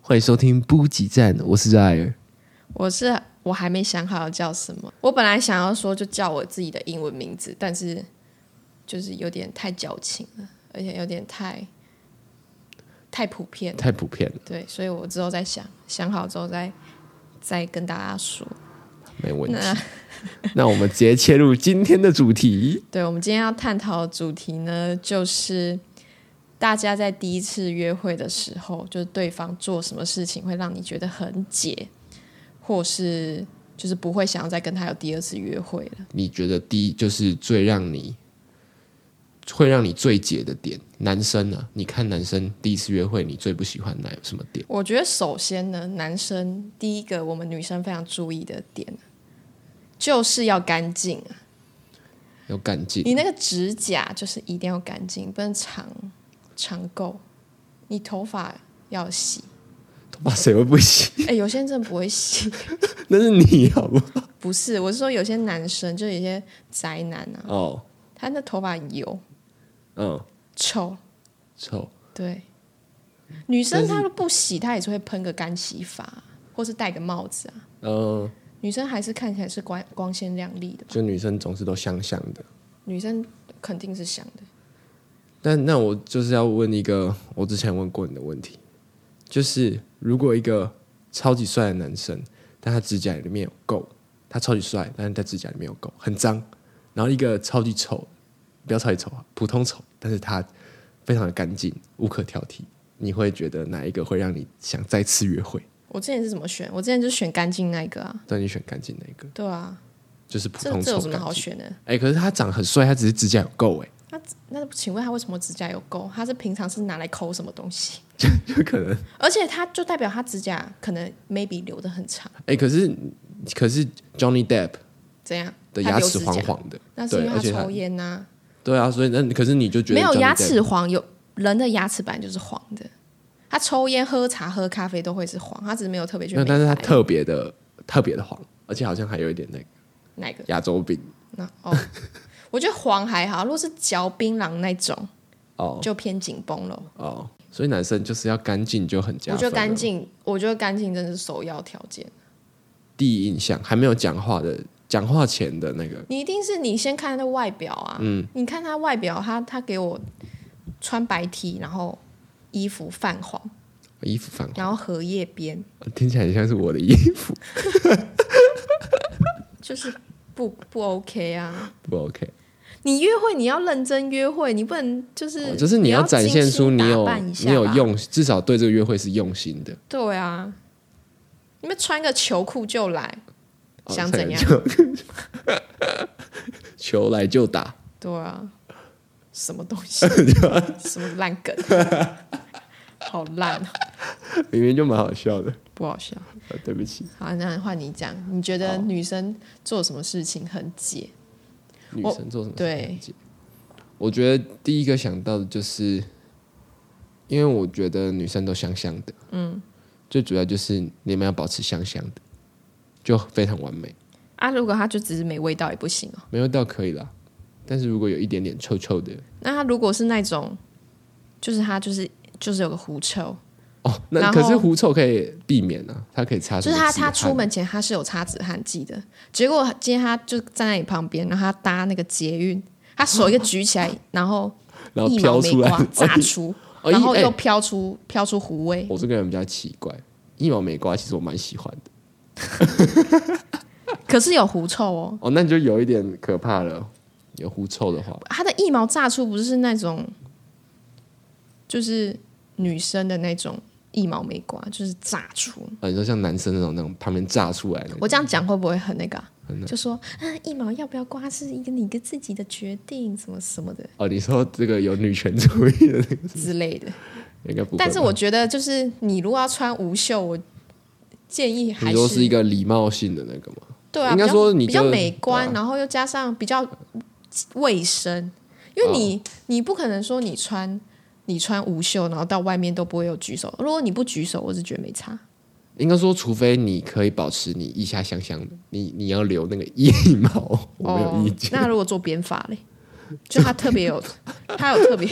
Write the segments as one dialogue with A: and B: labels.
A: 欢迎收听补给站，我是艾尔。
B: 我是我还没想好要叫什么。我本来想要说就叫我自己的英文名字，但是就是有点太矫情了，而且有点太太普遍了。
A: 太普遍了，
B: 对，所以我之后再想，想好之后再再跟大家说。
A: 没问题。
B: 那
A: 那我们直接切入今天的主题。
B: 对我们今天要探讨的主题呢，就是大家在第一次约会的时候，就是对方做什么事情会让你觉得很解，或是就是不会想要再跟他有第二次约会了。
A: 你觉得第一就是最让你会让你最解的点？男生啊，你看男生第一次约会，你最不喜欢哪有什么点？
B: 我觉得首先呢，男生第一个我们女生非常注意的点，就是要干净啊。
A: 要干净。
B: 你那个指甲就是一定要干净，不能长长垢。你头发要洗，
A: 头发谁会不洗？
B: 哎、有些人真的不会洗。
A: 那是你好不好？
B: 不是，我是说有些男生，就有些宅男啊，
A: 哦，
B: 他那头发油
A: 嗯，
B: 臭，
A: 臭。
B: 对。女生她都不洗，她也是会喷个干洗法，或是戴个帽子啊。
A: 嗯，
B: 女生还是看起来是光光鲜亮丽的。
A: 就女生总是都香香的。
B: 女生肯定是想的，
A: 但那我就是要问一个我之前问过你的问题，就是如果一个超级帅的男生，但他指甲里面有垢，他超级帅，但是他指甲里面有垢，很脏。然后一个超级丑，不要超级丑啊，普通丑，但是他非常的干净，无可挑剔。你会觉得哪一个会让你想再次约会？
B: 我之前是怎么选？我之前就是选干净那一个啊，
A: 但你选干净哪一个？
B: 对啊，
A: 就是普
B: 这
A: 通
B: 这
A: 丑
B: 有什么
A: 干
B: 好
A: 净。
B: 选的？啊
A: 哎、可是他长很帅，他只是指甲有垢、哎，
B: 那请问他为什么指甲有垢？他是平常是拿来抠什么东西？
A: 有可能。
B: 而且他就代表他指甲可能 maybe 留的很长，
A: 哎、可是可是 Johnny Depp
B: 怎样？
A: 的
B: 他
A: 牙
B: 留
A: 齿
B: 指
A: 黄
B: 甲
A: 黄的，
B: 那是因为
A: 对而且他
B: 抽烟呐、
A: 对啊，所以那可是你就觉得
B: 没有
A: Johnny
B: 牙
A: Depp
B: 齿黄，有人的牙齿本来就是黄的。他抽烟、喝茶、喝咖啡都会是黄，他只是没有特别去
A: 没有，
B: 美
A: 但
B: 白。
A: 是他特别的特别的黄，而且好像还有一点那个
B: 哪个？
A: 牙周病
B: 那哦，我觉得黄还好，如果是嚼槟榔那种，
A: 哦
B: 就偏紧绷了。
A: 哦，所以男生就是要干净就很加
B: 我
A: 分。啊
B: 觉得干，净，我觉得干净真的是首要条件。
A: 第一印象还没有讲话的，讲话前的那个
B: 你一定是你先看他的外表啊，
A: 嗯
B: 你看他外表，他他给我穿白 T，然后衣服泛黄，
A: 衣服泛
B: 然后荷叶边，
A: 黄，听起来像是我的衣服，
B: 就是不不 OK 啊。
A: 不 OK。
B: 你约会你要认真约会，你不能就是、
A: 哦就是你要展现出你
B: 你要
A: 有
B: 精心打扮一下
A: 你有
B: 吧，
A: 用，至少对这个约会是用心的。
B: 对啊，你们穿个球裤就来，
A: 哦
B: 想
A: 这
B: 怎
A: 个
B: 样？
A: 球来就打，
B: 对啊，什么东 西，什么烂梗，好烂，啊
A: 明明就蛮好笑的。
B: 不好笑。
A: 啊对不起，
B: 好，那换你讲，你觉得女生做什么事情很解？
A: 女
B: 我
A: 生做什么事
B: 对
A: 很解我觉得第一个想到的就是，因为我觉得女生都香香的，嗯，最主要就是你们要保持香香的，就非常完美，
B: 啊，如果她就只是没味道也不行哦。
A: 没有到可以啦。但是如果有一点点臭臭的，
B: 那她如果是那种，就是她就是就是有个狐臭，
A: 哦，那
B: 然后
A: 可是狐臭可以避免啊，它可以擦什
B: 就是
A: 么止汗，
B: 她她出门前她是有擦止汗剂的，结果今天她就站在你旁边，然后她搭那个捷运，她手一个举 起来，然后
A: 然后
B: 一
A: 飘
B: 毛没
A: 出来
B: 刮，炸
A: 哦
B: 出，
A: 哦
B: 然后
A: 哎
B: 又飘出飘出狐味。
A: 我这个人比较奇怪，一毛没刮，其实我蛮喜欢的。
B: 可是有狐臭哦，
A: 哦，那就有一点可怕了，有狐臭的话，
B: 她的腋毛炸出不是那种，就是女生的那种腋毛没刮，就是炸出。
A: 啊，你说像男生那种那种旁边炸出来那种。
B: 我这样讲会不会很那个啊、就说啊，腋毛要不要刮是一个你跟自己的决定，什么什么的
A: 哦，你说这个有女权主义的，
B: 之类的。
A: 应该不会吧。
B: 但是我觉得，就是你如果要穿无袖，我建议还
A: 你说是一个礼貌性的那个嘛？
B: 对啊，
A: 应该
B: 比较
A: 说你
B: 比较
A: 就
B: 美
A: 对
B: 观，然后又加上比较卫生，因为你、嗯你不可能说你穿你穿无袖，然后到外面都不会有举手。如果你不举手，我是觉得没差。
A: 应该说，除非你可以保持你腋下香香的，你你要留那个腋毛，我没有意见。
B: 那如果做编发嘞，就他特别有， 他有特别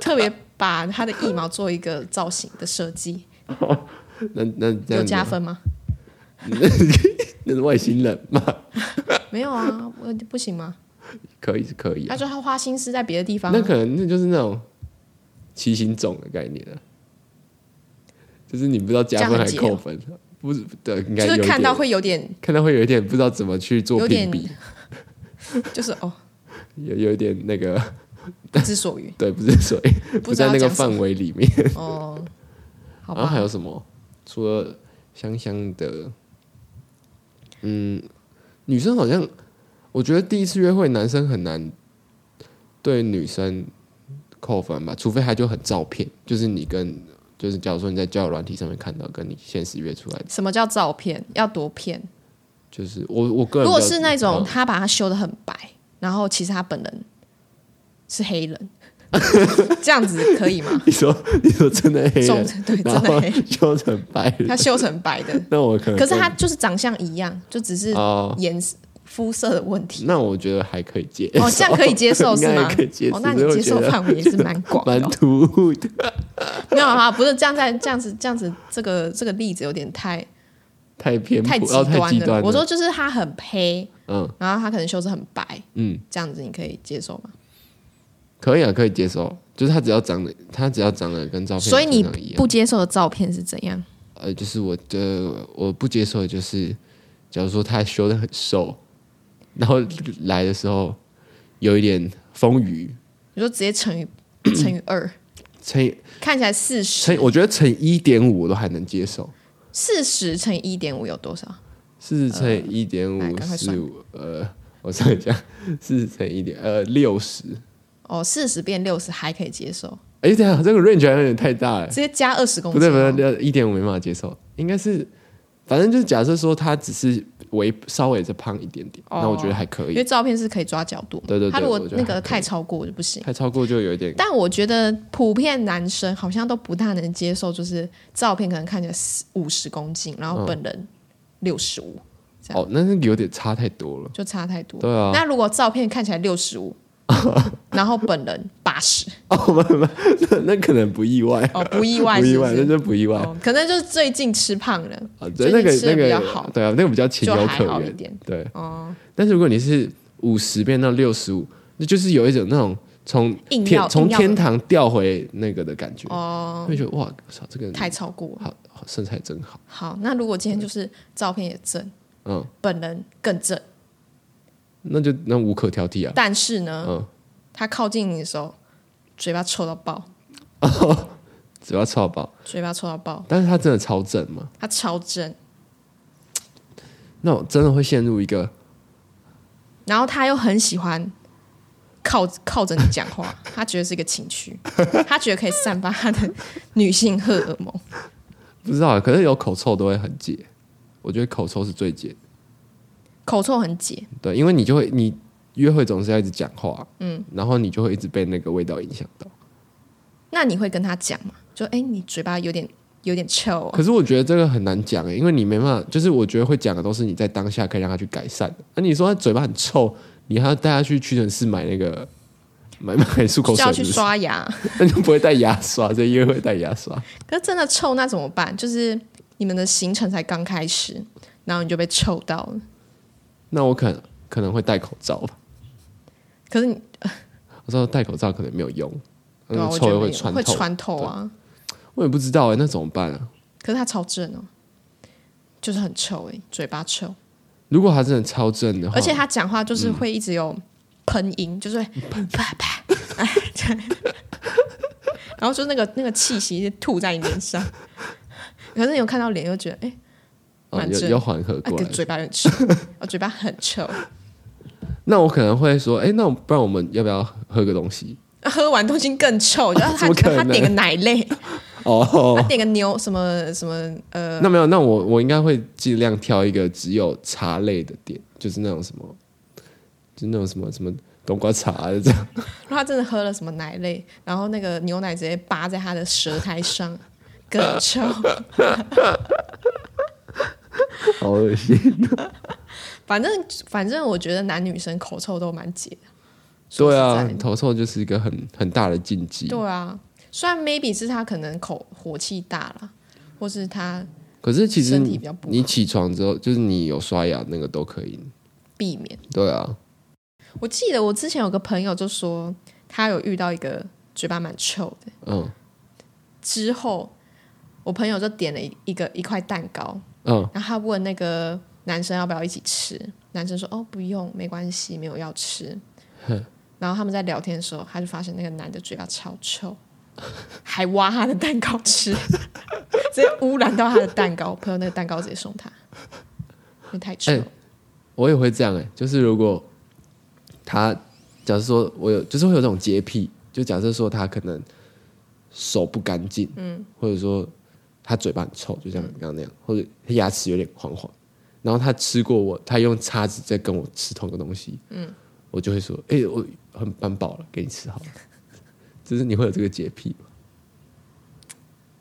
B: 特别把他的腋毛做一个造型的设计，哦
A: 那那这
B: 有
A: 样
B: 加
A: 子，
B: 分吗？
A: 那是外星人嘛？
B: 没有啊，我不行吗？
A: 可以是可以、
B: 他
A: 啊，
B: 就他花心思在别的地方啊、
A: 那可能那就是那种奇形种的概念啊，就是你不知道加分还扣分，不是对，应该有
B: 就是
A: 一点
B: 看到会有点，
A: 看到会有一点不知道怎么去做
B: 有点
A: 评比，
B: 就是哦，
A: 有有一点那个，
B: 不知所 云
A: 对，不是所以
B: 不知
A: 在
B: 道
A: 那个
B: 要讲什
A: 范
B: 么。
A: 围里面。
B: 哦，好
A: 然后
B: 吧，
A: 还有什么？除了香香的，嗯，女生好像，我觉得第一次约会男生很难对女生扣分吧，除非他就很照片，就是你跟，就是假如说你在交友软体上面看到，跟你现实约出来的，
B: 什么叫照片？要多骗？
A: 就是我我个人
B: 如
A: 比较
B: 果是那种
A: 嗯
B: 他把他修的很白，然后其实他本人是 黑人，这样子可以吗？
A: 你说你说真的黑
B: 中
A: 人，
B: 对，真
A: 然
B: 的
A: 后
B: 黑，
A: 修成白
B: 他
A: 人，
B: 修成白的，
A: 那我可能
B: 可是他就是长相一样，就只是
A: 哦，
B: 颜色肤色的问 题。
A: 那我觉得还可以接
B: 哦，这样可以接受
A: 应
B: 是
A: 该
B: 吗
A: 还可以接？受
B: 哦，那你
A: 所以我
B: 接受
A: 觉得
B: 范围也是蛮广的
A: 蛮
B: 哦、
A: 突兀的。
B: 没有啊，不是这样在这样子这样子，这个这个例子有点太
A: 太偏颇，
B: 太
A: 然后太
B: 端
A: 极端了。
B: 我说就是他很黑，
A: 嗯
B: 然后他可能修饰很白，
A: 嗯，
B: 这样子你可以接受吗？
A: 可以啊，可以接受。就是他只要长得，他只要长得跟照片
B: 所以你
A: 正常一样，
B: 不接受的照片是怎样？
A: 呃，就是我的我不接受的就是，假如说他修的很瘦，然后来的时候有一点丰腴，
B: 你说直 接乘以乘以二，
A: 乘以
B: 看起来四十，
A: 乘以，我觉得乘一点五我都还能接受，
B: 四十乘以一点五有多少？
A: 四十乘以一点
B: 来
A: 五
B: 赶快
A: 四
B: 算
A: 五，呃，我算一下，四十乘一点呃六十。
B: 哦，四十变六十还可以接受，
A: 哎，等一下这个 range 好像有点太大了
B: 直。接加二十公
A: 哎不
B: 斤、
A: 对不
B: 哦。
A: 对，一点我没办法接受，应该是，反正就是假设说他只是微稍微再胖一点点，
B: 哦
A: 那我觉得还可
B: 因
A: 以
B: 为，照片是可以抓角度嘛，
A: 对对对
B: 他如果
A: 我觉得
B: 那
A: 还
B: 个
A: 可以
B: 太超过就不行。
A: 太超过就有一点
B: 但我觉得普遍男生好像都不大能接受，就是照片可能看起来五十公斤，然
A: 嗯
B: 后本人六十五，这样
A: 哦，那是有点差太多 了。
B: 就差太多。
A: 对啊，
B: 那如果照片看起来六十五，然后本人八十，
A: 那那可能不意外，
B: 哦，不意外
A: 不意
B: 是不
A: 外，那
B: 是？
A: 就不意外
B: 哦，可能就是最近吃胖了，
A: 啊。对，
B: 最近
A: 那个
B: 吃
A: 那
B: 得比较
A: 个
B: 好
A: 对啊，那个比较情
B: 就
A: 有
B: 还
A: 可
B: 好一
A: 原。
B: 点。
A: 对，
B: 哦，
A: 但是如果你是五十变到六十五，那就是有一种那种从
B: 硬
A: 天
B: 要
A: 从
B: 硬要
A: 天堂掉回那个的感觉，
B: 哦，
A: 会觉得哇，操，这个人
B: 太超过了。
A: 好好身材真好，
B: 好，那如果今天就是照片也正，
A: 嗯，
B: 本人更正，
A: 那就那无可挑剔啊。
B: 但是呢，
A: 嗯
B: 他靠近你的时候，嘴巴臭到爆，
A: 只要超爆，
B: 嘴巴臭到爆，
A: 但是他真的超正嘛？
B: 他超正。
A: 那我真的会陷入一个
B: 然后他又很喜欢靠靠着你讲话， 他觉得是一个情趣，他觉得可以散发他的女性荷尔蒙。
A: 不知道啊，可能有口臭都会很解。我觉得口臭是最解的，
B: 口臭很解，
A: 对，因为你就会你约会总是要一直讲话，嗯，然后你就会一直被那个味道影响到。
B: 那你会跟他讲吗？就哎、你嘴巴有点有点臭、哦，
A: 可是我觉得这个很难讲欸，因为你没办法，就是我觉得会讲的都是你在当下可以让他去改善的。啊那、你说他嘴巴很臭，你还要带他去屈臣氏买那个买买漱口
B: 就要
A: 水
B: 去
A: 是不是，
B: 刷牙。
A: 那就不会带牙刷，这约会带牙刷。
B: 可是真的臭，那怎么办？就是你们的行程才刚开始，然后你就被臭到了。
A: 那我可能可能会戴口罩吧。
B: 可是你
A: 我知道戴口罩可能没有用，那
B: 对啊，
A: 个
B: 我觉
A: 嗯臭
B: 得
A: 味
B: 没
A: 会
B: 有
A: 穿
B: 会
A: 透。
B: 穿透啊。
A: 我也不知道哎、那怎么办啊？
B: 可是他超正哦，就是很臭哎、嘴巴臭。
A: 如果他真的超正的话，
B: 而且他讲话
A: 嗯
B: 就是会一直有喷音，就是会啪啪，哎对 然后就那个那个气息就吐在你脸上。可是你有看到脸，又觉得哎，
A: 哦
B: 蛮
A: 有
B: 正
A: 有缓和
B: 啊
A: 过
B: 个
A: 来、
B: 嘴巴 很臭，我嘴巴很臭，
A: 那我可能会说，哎、那我不然我们要不要喝 个东西？
B: 喝完东西更臭。然 后
A: 怎
B: 他
A: 么可
B: 他
A: 能
B: 点个奶类，
A: 哦
B: 他，点个牛什么什么呃，
A: 那没有，那我我应该会尽量挑一个只有茶类的店，就是那种什么，就是那种什么什么冬瓜茶啊 这样。
B: 然后他真的喝了什么奶类，然后那个牛奶直接扒在他的舌苔上，更臭。
A: 好恶心。
B: 反正反正我觉得男女生口臭都蛮解的。 说
A: 对
B: 实
A: 啊
B: 在的，
A: 头臭就是一个很很大的禁忌。
B: 对啊，虽然 maybe 是他可能口火气大啦，或是他
A: 可是其实
B: 身体
A: 你
B: 比较不
A: 你
B: 好，
A: 起床之后，就是你有刷牙那个都可以。
B: 避免。
A: 对啊，
B: 我记得我之前有个朋友就说，他有遇到一个嘴巴蛮臭的，
A: 嗯
B: 之后我朋友就点了一一个一块蛋糕，
A: 嗯，
B: 然后他问那个男生要不要一起吃，男生说哦不用，没关系，没有要吃。然后他们在聊天的时候，他就发现那个男的嘴巴超臭，还挖他的蛋糕吃， 直接污染到他的蛋糕。我朋友那个蛋糕直接送他，因为太臭。
A: 哎我也会这样哎、就是如果他假设说我有，就是会有这种洁癖，就假设说他可能手不干净，嗯，或者说他嘴巴很臭，就像刚刚那样，
B: 嗯
A: 或者他牙齿有点黄黄，然后他吃过我，他用叉子在跟我吃同一个东西，嗯，我就会说，哎、我很蛮饱了，给你吃好了。 就是你会有这个洁癖吗？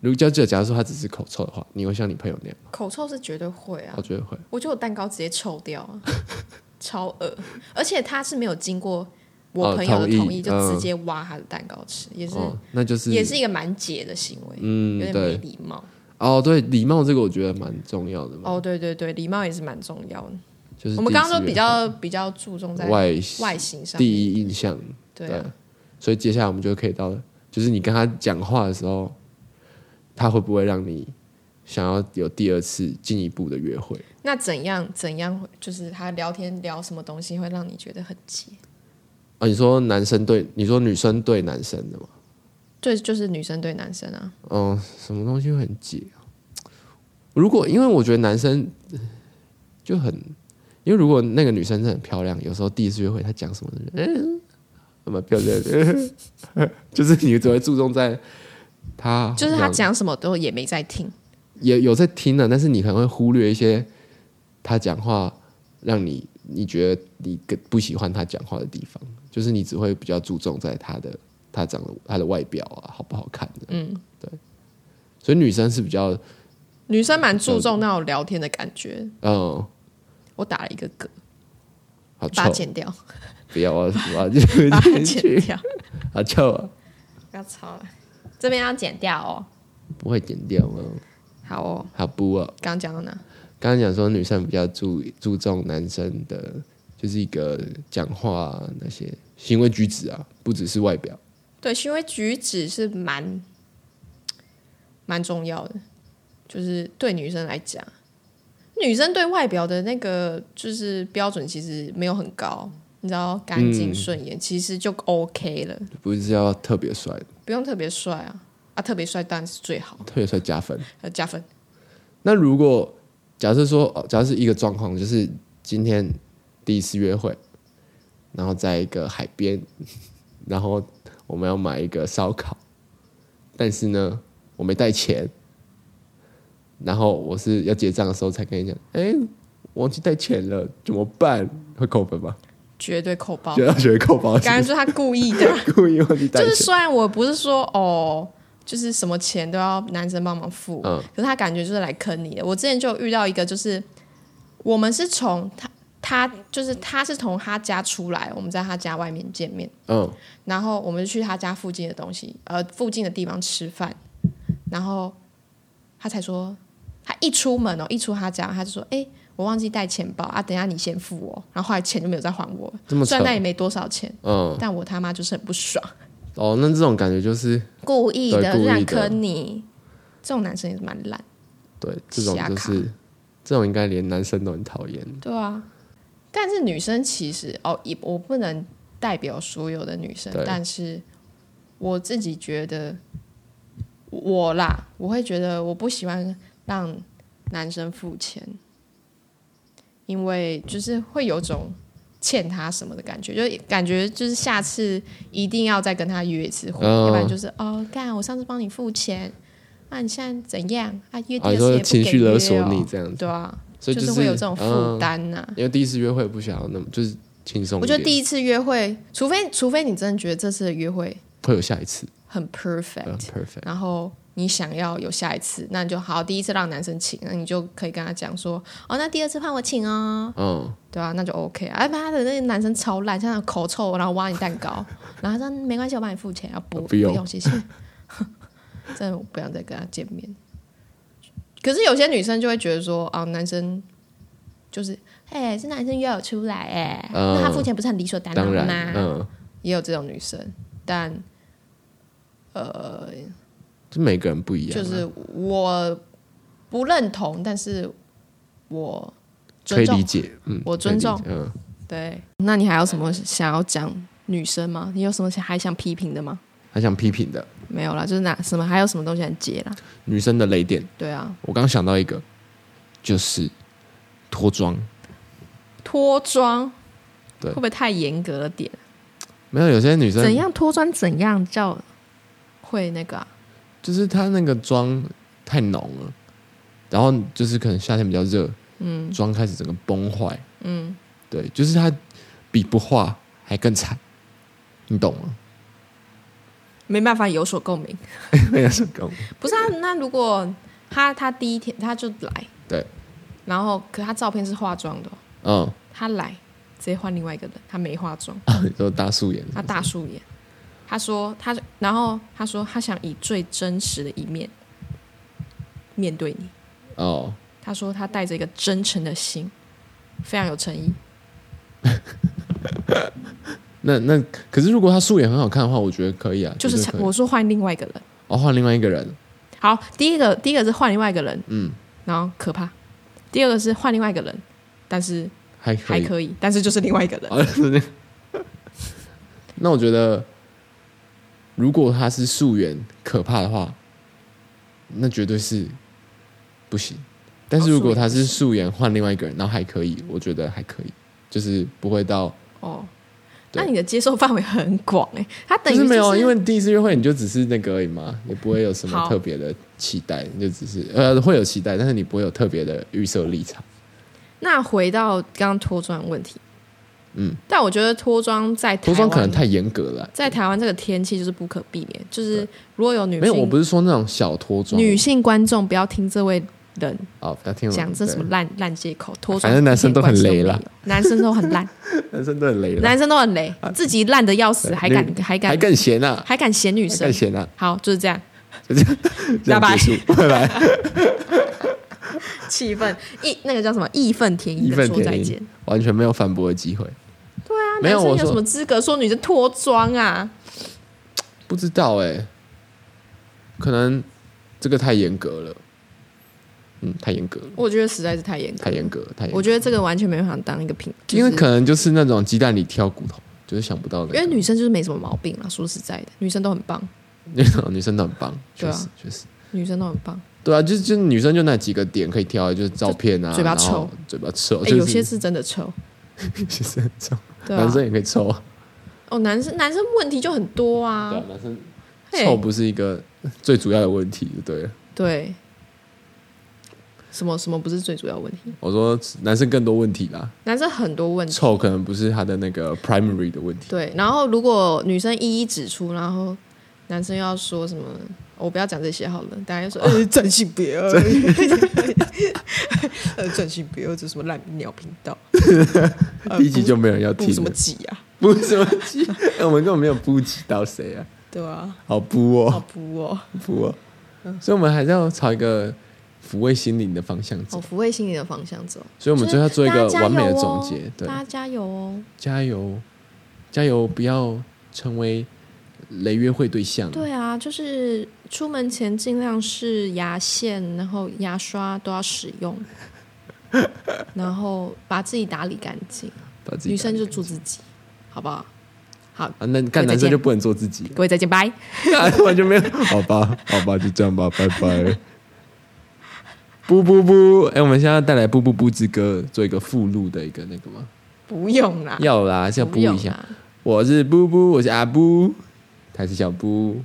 A: 如果就就假如说他只是口臭的话，你会像你朋友那样吗？
B: 口臭是绝对会啊
A: 我，觉得会。
B: 我觉得我蛋糕直接臭掉啊，超恶。而且他是没有经过我
A: 哦
B: 朋友的
A: 同意
B: 同意，就
A: 嗯
B: 直接挖他的蛋糕吃，也是、
A: 哦，那就是
B: 也是一个蛮解的行为，
A: 嗯
B: 有点
A: 对
B: 没礼貌。
A: 哦，对，礼貌这个我觉得蛮重要的嘛，
B: 哦，对对对，礼貌也是蛮重要的。
A: 就是
B: 我们刚刚
A: 第
B: 说
A: 一
B: 比
A: 次约
B: 较比较注重在
A: 外
B: 外形上
A: 第
B: 面，
A: 一印象，
B: 对啊，
A: 所以接下来我们就可以到，就是你跟他讲话的时候，他会不会让你想要有第二次进一步的约会？
B: 那怎样怎样会，就是他聊天聊什么东西会让你觉得很急？
A: 啊，你说男生对，你说女生对男生的嘛？
B: 对，就是女生对男生啊，
A: 嗯，什么东西会很解啊？如果因为我觉得男生呃就很，因为如果那个女生真的很漂亮，有时候第一次约会她讲什么的，嗯，那么漂亮的， 就是你只会注重在她，
B: 就是他讲什么都也没在听。
A: 也有在听的，但是你可能会忽略一些她讲话让你你觉得你更不喜欢她讲话的地方，就是你只会比较注重在她的她长得她的外表啊好不好看的，嗯，对，所以女生是比较。
B: 女生蛮注重那种聊天的感觉。
A: 嗯，
B: 我打了一个嗝，
A: 好
B: 把它
A: 臭，
B: 剪掉，
A: 不要啊，我要进
B: 把它剪
A: 去，
B: 掉，
A: 好臭啊，
B: 不要吵了，这边要剪掉哦。
A: 不会剪掉吗？
B: 好哦，
A: 好不啊，
B: 刚刚讲到哪？
A: 刚刚讲说女生比较注注重男生的，就是一个讲话、啊、那些行为举止啊，不只是外表。
B: 对，行为举止是蛮蛮重要的，就是对女生来讲，女生对外表的那个就是标准其实没有很高，你知道，干净顺眼、其实就 OK 了，
A: 不是要特别帅，
B: 不用特别帅啊，啊，特别帅当然是最好，
A: 特别帅加分。
B: 呃，加分。
A: 那如果假设说，哦，假设是一个状况，就是今天第一次约会，然后在一个海边，然后我们要买一个烧烤，但是呢，我没带钱，然后我是要结账的时候才跟你讲，哎、忘记带钱了，怎么办？会扣分吗？
B: 绝对扣包，
A: 觉得觉得扣包是
B: 感觉就是他故意的啊、
A: 故意忘记带
B: 就
A: 钱，
B: 是虽然我不是说哦，就是什么钱都要男生帮忙付，
A: 嗯
B: 可是他感觉就是来坑你的。我之前就有遇到一个，就是我们是从他他就是他是从他家出来，我们在他家外面见面，
A: 嗯，
B: 然后我们就去他家附近的东西，呃，附近的地方吃饭，然后他才说，他一出门哦，一出他家，他就说，哎、我忘记带钱包啊，等一下你先付我，然后后来钱就没有再还我了，
A: 这么
B: 虽
A: 扯
B: 然，那也没多少钱，
A: 嗯，
B: 但我他妈就是很不爽。
A: 哦，那这种感觉就是
B: 故意的，
A: 对故意的
B: 让坑你。这种男生也是蛮烂，
A: 对，这种
B: 瞎
A: 就
B: 卡
A: 是这种应该连男生都很讨厌。
B: 对啊。但是女生其实哦，也我不能代表所有的女生
A: 对，
B: 但是我自己觉得，我啦，我会觉得我不喜欢让男生付钱，因为就是会有种欠他什么的感觉，就感觉就是下次一定要再跟他约一次会，
A: 嗯
B: 要不然就是哦，干我上次帮你付钱，啊你现在怎样啊？约
A: 啊，你
B: 第二次也
A: 说
B: 不
A: 情绪
B: 给约
A: 勒索
B: 哦
A: 你这样子，
B: 对啊，
A: 所以、
B: 就是会有这种负
A: 嗯
B: 担呐。
A: 因为第一次约会不想要那么就是轻松一点，
B: 我觉得第一次约会，除非除非你真的觉得这次的约会
A: 会有下一次，
B: 很
A: 嗯
B: perfect，
A: ，perfect，
B: 然后你想要有下一次，那你就好，第一次让男生请，那你就可以跟他讲说，哦，那第二次换我请哦，
A: 嗯，
B: 对啊，那就 OK 啊。哎妈的，那个男生超烂，像那种口臭，然后挖你蛋糕，然后他说没关系，我帮你付钱，啊不
A: 不用
B: 不用谢谢，真的我不想再跟他见面。可是有些女生就会觉得说啊，男生就是哎、是男生约我出来哎、
A: 嗯
B: 那他付钱不是很理所当
A: 当
B: 吗？
A: 然，嗯，
B: 也有这种女生，但
A: 就每个人不一样啊，
B: 就是我不认同，但是我
A: 可
B: 尊
A: 以
B: 重
A: 理解，嗯，
B: 我尊重
A: 可以理解，嗯，
B: 对，那你还有什么想要讲女生吗？你有什么想还想批评的吗？
A: 还想批评的
B: 没有啦，就是哪什么还有什么东西很解啦？
A: 女生的雷点，
B: 对啊，
A: 我刚想到一个，就是脱妆，
B: 脱妆，
A: 对
B: 会不会太严格了点？
A: 没有有些女生
B: 怎样脱妆怎样叫会那个、啊？
A: 就是她那个妆太浓了，然后就是可能夏天比较热，嗯，妆开始整个崩坏，嗯，对，就是她比不化还更惨，你懂吗？
B: 没办法有所共鸣。
A: 那个是跟我
B: 不是啊，那如果他他第一天他就来，
A: 对，
B: 然后可他照片是化妆的哦，
A: 嗯，
B: 他来直接换另外一个人，他没化妆，
A: 你说大素颜，
B: 他大素颜。他说他，然后他说他想以最真实的一面面对你。
A: 哦，
B: 他说他带着一个真诚的心，非常有诚意。
A: 那那可是如果她素颜很好看的话，我觉得可以啊，
B: 就是
A: 绝对可以
B: 我说换另外一个人，
A: 哦换另外一个人，
B: 好，第一个第一个是换另外一个人，
A: 嗯，
B: 然后可怕；第二个是换另外一个人，但是
A: 还可
B: 还
A: 以，
B: 可以，但是就是另外一个人。
A: 啊，是那 那我觉得，如果他是溯源可怕的话，那绝对是不行。但
B: 哦
A: 是如果他是溯源换另外一个人，然后还可以，我觉得还可以，就是不会到
B: 哦，
A: 对
B: 那你的接受范围很广哎、他等
A: 就
B: 于、
A: 是没有啊，
B: 是
A: 因为第一次约会你就只是那个而已嘛，也不会有什么
B: 好
A: 特别的期待，你就只是呃会有期待，但是你不会有特别的预设立场。
B: 那回到刚刚脱妆的问题，
A: 嗯，
B: 但我觉得脱妆在台
A: 涂
B: 湾
A: 装可能太严格了啊，
B: 在台湾这个天气就是不可避免，就是如果有女性
A: 没有，我不是说那种小脱妆
B: 女性观众不要听这位人
A: 哦，不要听我
B: 讲这
A: 对
B: 什 么烂烂借口，脱妆
A: 反正男生都很雷啦
B: 一点关系都没有，男生都 很烂，
A: 男生都很雷了，
B: 男生都很雷，自己烂的要死，还敢还
A: 啊还
B: 敢
A: 更闲啊，
B: 还敢嫌女
A: 太
B: 生，
A: 闲 了，
B: 好就是这样，
A: 这样
B: 拜拜
A: 结束，拜拜，
B: 气愤义那个叫什么义愤填膺
A: 义
B: 的
A: 愤
B: 说再
A: 填
B: 见
A: 膺。，完全没有反驳的机会。
B: 对啊，
A: 没有
B: 男生
A: 我
B: 有
A: 说
B: 什么资格说女生脱妆啊？
A: 不知道哎、可能这个太严格了，嗯，太严格了，
B: 我觉得实在是太严格，
A: 太严格了，太严格
B: 我
A: 了。
B: 觉得这个完全没办法当一个评，就
A: 因
B: 是
A: 为可能就是那种鸡蛋里挑骨头，就是想不到那
B: 因
A: 个。
B: 为女生就是没什么毛病啦。说实在的，女生都很棒，
A: 女女生都很棒，
B: 对
A: 确
B: 啊
A: 实确实。
B: 女生都很棒。
A: 对啊，就是就是女生就那几个点可以挑，就是照片啊，
B: 就嘴巴
A: 然后
B: 臭，
A: 嘴巴臭，
B: 哎，
A: 哦就是
B: 有些是真的丑，
A: 其实很臭，
B: 对啊
A: 男。生也可以臭啊，
B: 哦，男生男生问题就很多啊
A: 对，啊，男生
B: 嘿
A: 臭不是一个最主要的问题，对了。
B: 对。什么什么不是最主要问题？
A: 我说男生更多问题啦，
B: 男生很多问题，
A: 臭可能不是他的那个 primary 的问题，
B: 对。然后如果女生一一指出，然后男生又要说什么，我不要讲这些好了，大家就说，
A: 哦
B: 呃，占性别啊， 呃，占性别，这什么烂鸟频道，呃
A: 第一集就没有人要
B: 不
A: 听
B: 什么
A: 了，
B: 挤啊，
A: 不什么鸡，我们根本没有不及到谁啊，
B: 对啊，
A: 好不
B: 好嗯
A: 哦，
B: 补哦，
A: 不哦，所以我们还是要朝一个抚慰心灵的方向
B: 好
A: 走，
B: 哦抚慰心灵的方向走。
A: 所以我们最后要做一个完美的总结，
B: 哦大
A: 对，
B: 家加油哦，
A: 加油，加油，不要成为雷约会对象，
B: 对啊，就是出门前尽量是牙线，然后牙刷都要使 用，然后把自己打理干净。
A: 把自己
B: 女生就做自己，好不好？好，
A: 啊，那干男
B: 再见
A: 生就不能做自己了，
B: 各位再见，拜。
A: 完全没有，好吧，好吧，就这样吧，拜拜。不不不，哎、我们现在要带来《不不不之歌》做一个附录的一个那个吗？
B: 不用啦，
A: 要啦，是要
B: 不
A: 布一
B: 用
A: 下。
B: 啦，
A: 我是布布，我是阿布，他是小布，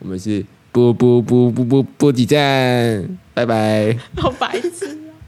A: 我们是布布布布布布几站，拜拜。
B: 好白痴啊！